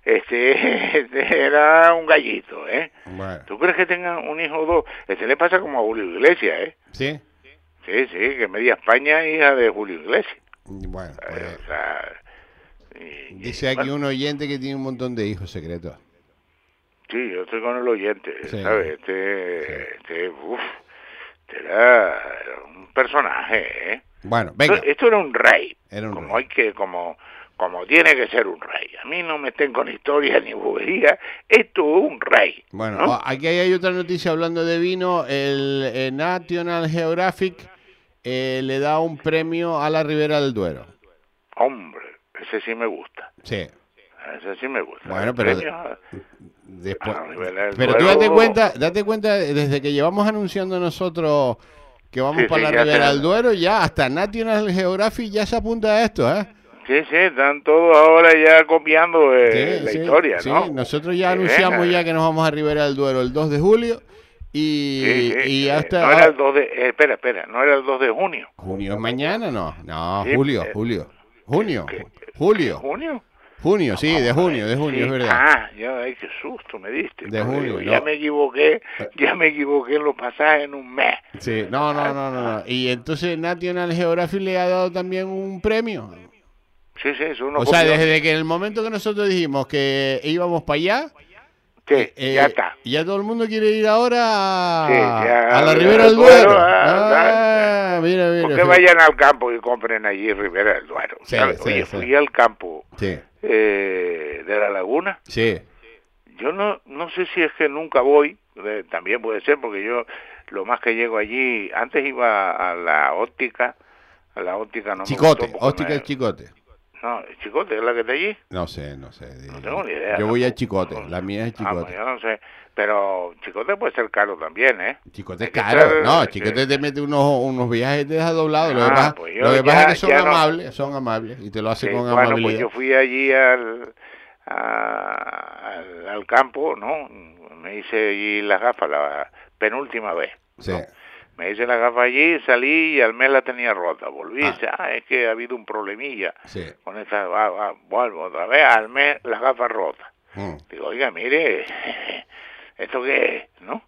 D: este, este era un gallito, ¿eh?
C: Bueno.
D: ¿Tú crees que tengan un hijo o dos? Este le pasa como a Julio Iglesias, ¿eh?
C: ¿Sí?
D: Sí, sí, que media España es hija de Julio Iglesias.
C: Bueno.
D: Eh,
C: pues,
D: o sea, y-
C: dice
D: y-
C: aquí
D: bueno,
C: un oyente que tiene un montón de hijos secretos.
D: Sí, yo estoy con el oyente,
C: Sí.
D: ¿sabes? Este, este, uf, este era era un personaje, ¿eh?
C: Bueno, venga.
D: Esto, esto era un rey.
C: Era un
D: como
C: rey.
D: hay que, como, como tiene que ser un rey. A mí no me estén con historia ni bobería. Esto es un rey.
C: Bueno,
D: ¿no?
C: o- aquí hay otra noticia hablando de vino. El eh, National Geographic eh, le da un premio a la Ribera del Duero.
D: Hombre, ese sí me gusta.
C: Sí.
D: Ese sí me gusta.
C: Bueno, pero-
D: Premios-
C: Después,
D: A la Ribera del
C: pero tú
D: Duero-
C: date cuenta, date cuenta, desde que llevamos anunciando nosotros que vamos
D: Sí,
C: para
D: sí,
C: la
D: ya
C: Ribera
D: se-
C: del Duero, ya hasta National Geographic ya se apunta a esto, ¿eh?
D: Sí, sí, están todos ahora ya copiando eh,
C: Sí,
D: la
C: sí,
D: historia,
C: sí.
D: ¿no?
C: nosotros ya
D: Sí, eh,
C: anunciamos
D: venga.
C: ya que nos vamos a Ribera del Duero el 2 de julio y,
D: Sí, sí,
C: y
D: eh,
C: hasta...
D: No era el 2 de... eh, espera, espera, no era el 2 de junio.
C: Junio es mañana, no. No,
D: Sí,
C: julio,
D: eh,
C: julio. Junio,
D: ¿Qué-
C: julio,
D: ¿Junio?
C: junio, sí, de junio, de junio,
D: Sí,
C: es verdad.
D: Ah, ya, ay, qué susto me diste.
C: De
D: Yo
C: junio,
D: digo, Ya
C: no. Ah.
D: me equivoqué, ya me equivoqué en los pasajes en un mes.
C: Sí, no, no, no, no, no. Y entonces National Geographic le ha dado también un premio.
D: Sí, sí, eso uno
C: O sea,
D: copió.
C: desde que en el momento que nosotros dijimos que íbamos para allá,
D: Sí,
C: eh,
D: ya está.
C: Ya todo el mundo quiere ir ahora a,
D: Sí, ya,
C: a la
D: al
C: Ribera del
D: Duero,
C: Duero.
D: ah,
C: Ah, mira, mira.
D: Porque
C: sí.
D: vayan al campo y compren allí Rivera del Duero.
C: Sí,
D: ¿sabes?
C: sí,
D: Oye,
C: sí.
D: fui al campo
C: Sí,
D: eh, de la laguna
C: sí,
D: Yo no, no sé si es que nunca voy, eh, también puede ser porque yo lo más que llego allí, antes iba a la óptica, a la óptica no me
C: Chicote,
D: gustó porque
C: óptica
D: me-
C: es chicote.
D: No, Chicote es la que está allí.
C: No sé, no sé. di-
D: No tengo ni idea.
C: Yo voy a
D: tampoco.
C: Chicote, la mía es
D: Ah, pues
C: Chicote.
D: yo no sé, pero Chicote puede ser caro también, ¿eh?
C: Chicote es
D: que
C: caro,
D: estar-
C: no,
D: sí.
C: Chicote te mete unos, unos viajes y te deja doblado. Lo que
D: Ah,
C: pasa,
D: pues yo
C: lo que pasa
D: ya-
C: es que son
D: ya no.
C: amables, son amables y te lo hacen
D: Sí,
C: con
D: bueno, pues
C: amabilidad.
D: yo fui allí al, a- al, al campo, ¿no? Me hice allí las gafas la penúltima vez.
C: Sí.
D: Me hice la gafa allí, salí y al mes la tenía rota. Volví,
C: Ah.
D: dice, ah, es que ha habido un problemilla
C: Sí.
D: con esta, ah, ah, vuelvo otra vez, al mes la gafa rota.
C: Mm.
D: Digo, oiga, mire, ¿esto qué es? ¿No?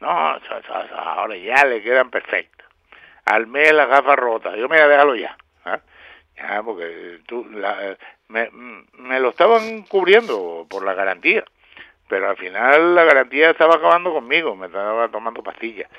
D: No, eso- eso- eso, ahora ya le quedan perfectas. Al mes la gafa rota. Digo, mira, déjalo ya. ¿ah? Ya, porque tú, la- me, me lo estaban cubriendo por la garantía. Pero al final la garantía estaba acabando conmigo, me estaba tomando pastillas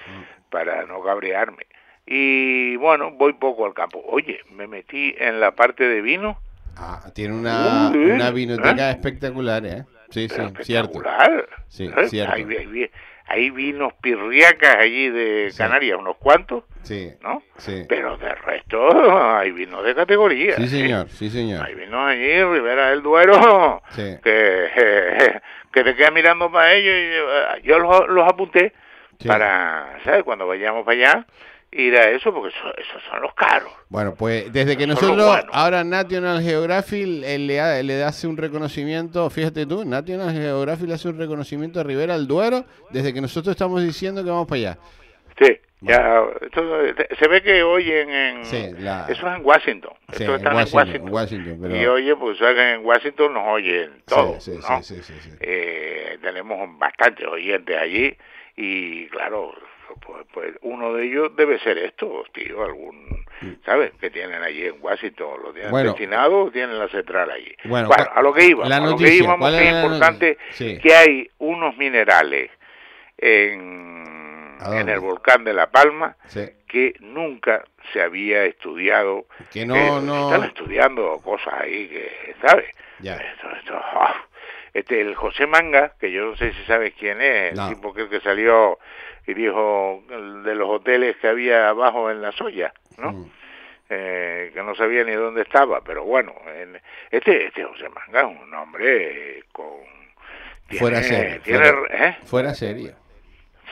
D: para no cabrearme. Y bueno, voy poco al campo. Oye, me metí en la parte de vino.
C: Ah, tiene una,
D: Mm, Sí,
C: una vinoteca
D: ¿eh?
C: espectacular, ¿eh? Sí, sí, cierto.
D: espectacular. ¿Eh?
C: Sí,
D: ¿sabes?
C: cierto.
D: Hay, hay- hay vinos pirriacas allí de
C: Sí.
D: Canarias, unos cuantos,
C: Sí,
D: ¿no?
C: sí.
D: Pero de resto hay vinos de categoría.
C: Sí,
D: ¿eh?
C: señor, sí, señor.
D: Hay vinos allí, Rivera del Duero,
C: Sí.
D: que, que te quedas mirando para ellos. y, eh, yo los, los apunté
C: Sí.
D: para, ¿sabes? Cuando vayamos para allá, ir a eso, porque eso- esos son los caros.
C: Bueno, pues desde que
D: Eso es lo
C: nosotros,
D: bueno.
C: ahora National Geographic eh, le, ha- le hace un reconocimiento, fíjate tú, National Geographic le hace un reconocimiento a Rivera al Duero, desde que nosotros estamos diciendo que vamos para allá.
D: Sí, ya, esto, eh, se ve que oyen en...
C: Sí, la-
D: Eso es en Washington.
C: Sí,
D: esto
C: en
D: están
C: Washington,
D: en Washington.
C: en Washington, pero-
D: Y oye, pues sabes que en Washington nos oyen todos,
C: sí,
D: ¿no?
C: sí, sí, sí, sí.
D: Eh, tenemos bastantes oyentes allí y, claro, pues, pues uno de ellos debe ser esto, tío, algún ¿sabes? Que tienen allí en Washington, lo tienen
C: Mm. Bueno.
D: destinado, tienen la central allí.
C: Bueno,
D: Bueno,
C: ¿cuál-
D: a lo que íbamos,
C: la
D: a lo
C: noticia?
D: que íbamos,
C: ¿Cuál
D: que
C: era
D: es
C: la
D: importante
C: noticia? Sí.
D: que hay unos minerales en,
C: ¿A dónde?
D: en el volcán de La Palma
C: Sí.
D: que nunca se había estudiado.
C: Que no-
D: Eh,
C: no-
D: Están estudiando cosas ahí que, ¿sabes?
C: Ya.
D: Esto- esto- ¡ah! Este, el José Manga, que yo no sé si sabes quién es,
C: No.
D: el tipo que, que salió y dijo el de los hoteles que había abajo en la soya, ¿no?
C: Mm.
D: Eh, que no sabía ni dónde estaba, pero bueno, en- este, este José Manga es un hombre eh, con... tiene-
C: Fuera serie.
D: tiene-
C: fuera,
D: ¿eh?
C: fuera serie.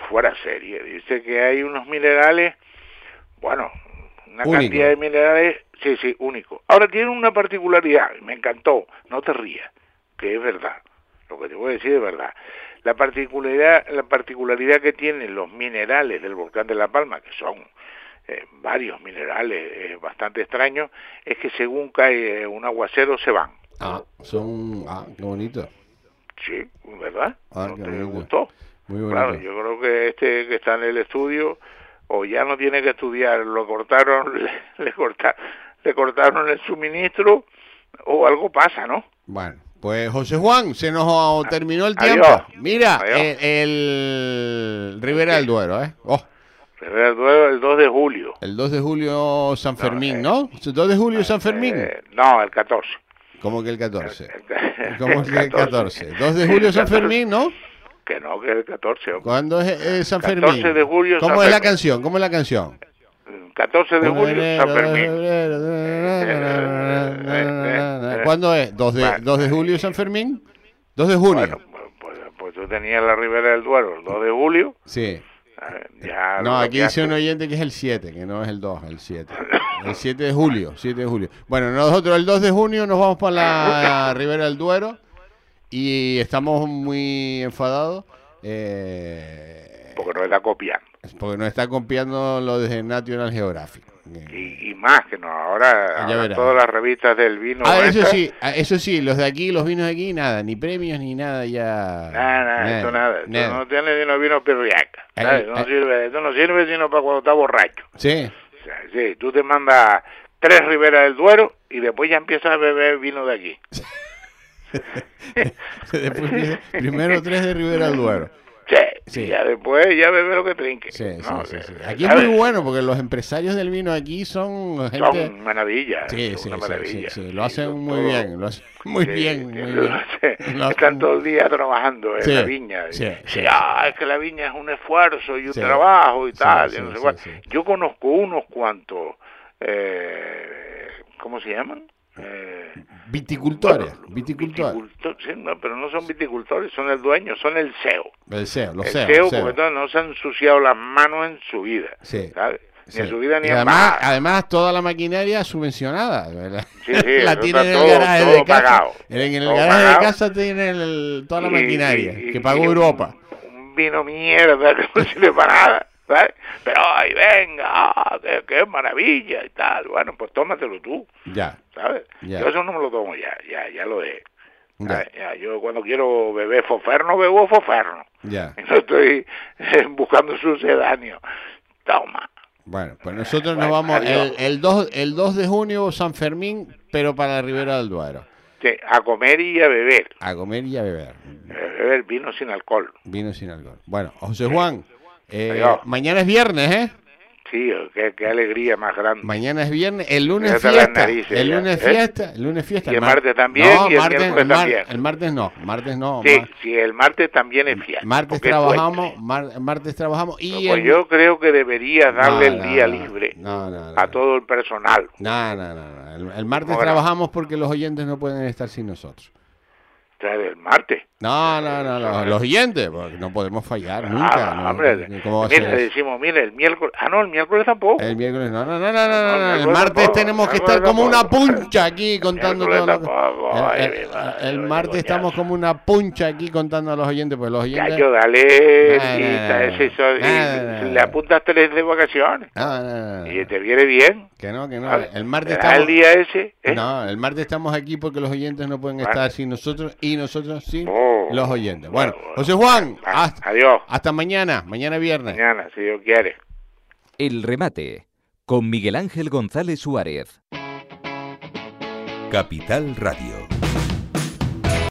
D: fuera serie. Dice que hay unos minerales, bueno, una
C: Único.
D: cantidad de minerales, sí, sí, único. Ahora tiene una particularidad, me encantó, no te rías, que es verdad. Lo que te voy a decir es verdad. La particularidad, la particularidad que tienen los minerales del volcán de La Palma, que son eh, varios minerales eh, bastante extraños, es que según cae eh, un aguacero se van.
C: Ah, son. Ah, qué bonito.
D: Sí, ¿verdad?
C: Ah,
D: ¿No
C: qué
D: te
C: bonito.
D: gustó?
C: Muy bonito.
D: Claro, yo creo que este que está en el estudio o ya no tiene que estudiar, lo cortaron, le, le corta- le cortaron el suministro o algo pasa, ¿no?
C: Bueno, pues José Juan, se nos terminó el
D: Ah, Adiós.
C: tiempo. Mira,
D: Adiós.
C: eh, el, Rivera del Duero, ¿eh? Oh,
D: Rivera del Duero el 2 de julio.
C: el 2 de julio San Fermín, ¿no? El 2 de julio San Fermín.
D: Eh, no, el 14.
C: ¿Cómo que el 14?
D: El ca-
C: ¿Cómo que el 14? 2 de julio
D: El
C: San
D: 14.
C: Fermín, ¿no?
D: Que no, que el 14. hombre.
C: ¿Cuándo es eh, San Fermín?
D: 14 de julio,
C: ¿Cómo
D: San
C: es la
D: Fermín.
C: canción? ¿Cómo es la canción?
D: 14 de julio, San Fermín.
C: Fermín. ¿Cuándo es? 2 de, 2 de julio San Fermín. 2 de junio.
D: Bueno, pues, pues tú tenías la Ribera del Duero el 2 de julio.
C: sí.
D: eh, ya
C: No,
D: lo
C: aquí dice
D: bloqueaste.
C: un oyente que es el 7, que no es el 2, el 7. El 7 de julio, 7 de julio. Bueno, nosotros el 2 de junio nos vamos para la Ribera del Duero y estamos muy enfadados eh,
D: Porque no está copiando.
C: porque nos está copiando lo de National Geographic.
D: y, y más que no ahora, ahora
C: Ah, verás.
D: todas las revistas del vino
C: Ah, eso
D: estas,
C: sí, ah, eso sí, los de aquí, los vinos de aquí, nada, ni premios ni nada ya.
D: nada, nada, esto nada, esto
C: nada.
D: no tiene sino vino pirriaca
C: Ahí,
D: ¿sabes? no
C: ahí.
D: sirve, esto no sirve sino para cuando está borracho
C: Sí,
D: o sea, sí, tú te mandas tres riberas del Duero y después ya empiezas a beber vino de aquí
C: Después viene primero tres de Ribera del Duero.
D: sí,
C: Sí.
D: y ya después ya bebe lo que trinque
C: Sí, sí,
D: ¿no?
C: sí, sí.
D: Eh,
C: Aquí es
D: ¿sabes?
C: muy bueno porque los empresarios del vino aquí son gente.
D: son maravillas
C: Sí,
D: son
C: sí,
D: una
C: sí,
D: maravilla.
C: sí, sí, Lo
D: Sí,
C: hacen
D: son
C: muy
D: todo-
C: bien, lo hacen muy
D: Sí,
C: bien, muy
D: sí,
C: bien. Lo hacen-
D: Están todo el día trabajando en
C: Sí,
D: la viña.
C: sí,
D: Y,
C: sí,
D: "Ah, es que la viña es un esfuerzo y un
C: Sí,
D: trabajo y
C: sí,
D: tal.
C: sí,
D: y no sé
C: sí,
D: cuál".
C: sí.
D: Yo conozco unos cuantos, eh, ¿cómo se llaman? Eh,
C: Viticultores,
D: bueno,
C: viticultores.
D: viticultor- sí, no, pero no son viticultores, son el dueño, son el CEO.
C: El CEO, los
D: el
C: CEO,
D: CEO,
C: CEO.
D: porque todos no se han ensuciado las manos en su vida.
C: E Sí,
D: ¿sabes? Ni
C: Sí.
D: en su vida ni
C: Y
D: en
C: además,
D: nada.
C: además toda la maquinaria subvencionada ¿verdad?
D: Sí, sí,
C: la
D: eso
C: tienen en
D: está
C: el
D: todo-
C: garaje
D: todo
C: de casa
D: pagado.
C: en el
D: Todo
C: garaje
D: pagado.
C: de casa tienen el- toda la
D: Y-
C: maquinaria
D: y-
C: que
D: y-
C: pagó
D: y un-
C: Europa
D: Un vino mierda que no sirve para nada, ¿sabes? Pero ay, venga, ah, qué, qué maravilla y tal. Bueno, pues tómatelo tú,
C: ya
D: ¿sabes?
C: Ya.
D: Yo eso no me lo tomo ya, ya, ya lo dejé.
C: ya
D: ¿sabes? Ya, yo cuando quiero beber foferno, bebo foferno.
C: ya
D: Y No estoy eh, buscando sucedáneo. Toma.
C: bueno pues nosotros nos
D: Bueno,
C: vamos
D: adiós.
C: el, el 2 el 2 de junio San Fermín pero para Ribera del Duero
D: Sí, a comer y a beber.
C: a comer y a beber
D: A beber vino sin alcohol.
C: vino sin alcohol bueno José Juan eh,
D: Adiós.
C: mañana es viernes eh
D: Sí, qué, qué alegría más grande.
C: Mañana es viernes, el lunes
D: Ya está las
C: fiesta,
D: narices
C: el
D: ya,
C: lunes
D: ¿eh?
C: fiesta, el lunes fiesta.
D: Y el
C: mar-
D: martes también,
C: No,
D: y el
C: martes,
D: miércoles
C: el mar-
D: también.
C: el martes no, martes no.
D: Sí,
C: mar-
D: sí, el martes también es fiesta.
C: martes
D: porque es
C: trabajamos, mar- martes trabajamos
D: No,
C: y
D: pues
C: el-
D: yo creo que deberías
C: No,
D: darle
C: no,
D: el día
C: no,
D: libre
C: no, no, no.
D: a todo el personal.
C: No, no, no, no. El, el martes
D: Bueno.
C: trabajamos porque los oyentes no pueden estar sin nosotros.
D: O sea, el martes.
C: No, no, no, no, los oyentes, porque no podemos fallar nunca.
D: Ah,
C: no,
D: hombre,
C: no, ¿cómo va a
D: mira,
C: ser
D: le
C: eso?
D: decimos, mire, el miércoles. Ah, no, el miércoles tampoco.
C: El miércoles, no, no, no, no, no, no,
D: No,
C: El
D: miércoles
C: martes
D: tampoco,
C: tenemos que
D: miércoles
C: estar como una
D: tampoco.
C: puncha aquí contando todo
D: Miércoles
C: lo que-
D: tampoco,
C: El,
D: ay,
C: el-
D: mi madre,
C: el
D: qué
C: martes
D: coñazo.
C: estamos como una puncha aquí contando a los oyentes, pues los
D: Ya,
C: oyentes.
D: yo dale,
C: no,
D: cita,
C: no,
D: ese
C: no,
D: sol- y
C: no, no, no,
D: le
C: no.
D: apuntas tres de vacaciones
C: Ah, No, no, no, no,
D: y te viene bien.
C: Que no, que no.
D: ¿sabes?
C: El martes
D: Te das
C: estamos.
D: el día ese? ¿eh?
C: No, el martes estamos aquí porque los oyentes no pueden
D: Bueno.
C: estar sin nosotros y nosotros sin
D: Oh.
C: los oyentes. Bueno,
D: Bueno, bueno.
C: José Juan,
D: Ah,
C: hasta,
D: adiós.
C: hasta mañana, mañana viernes.
D: Mañana, si Dios quiere.
B: El remate con Miguel Ángel González Suárez.
A: Capital Radio.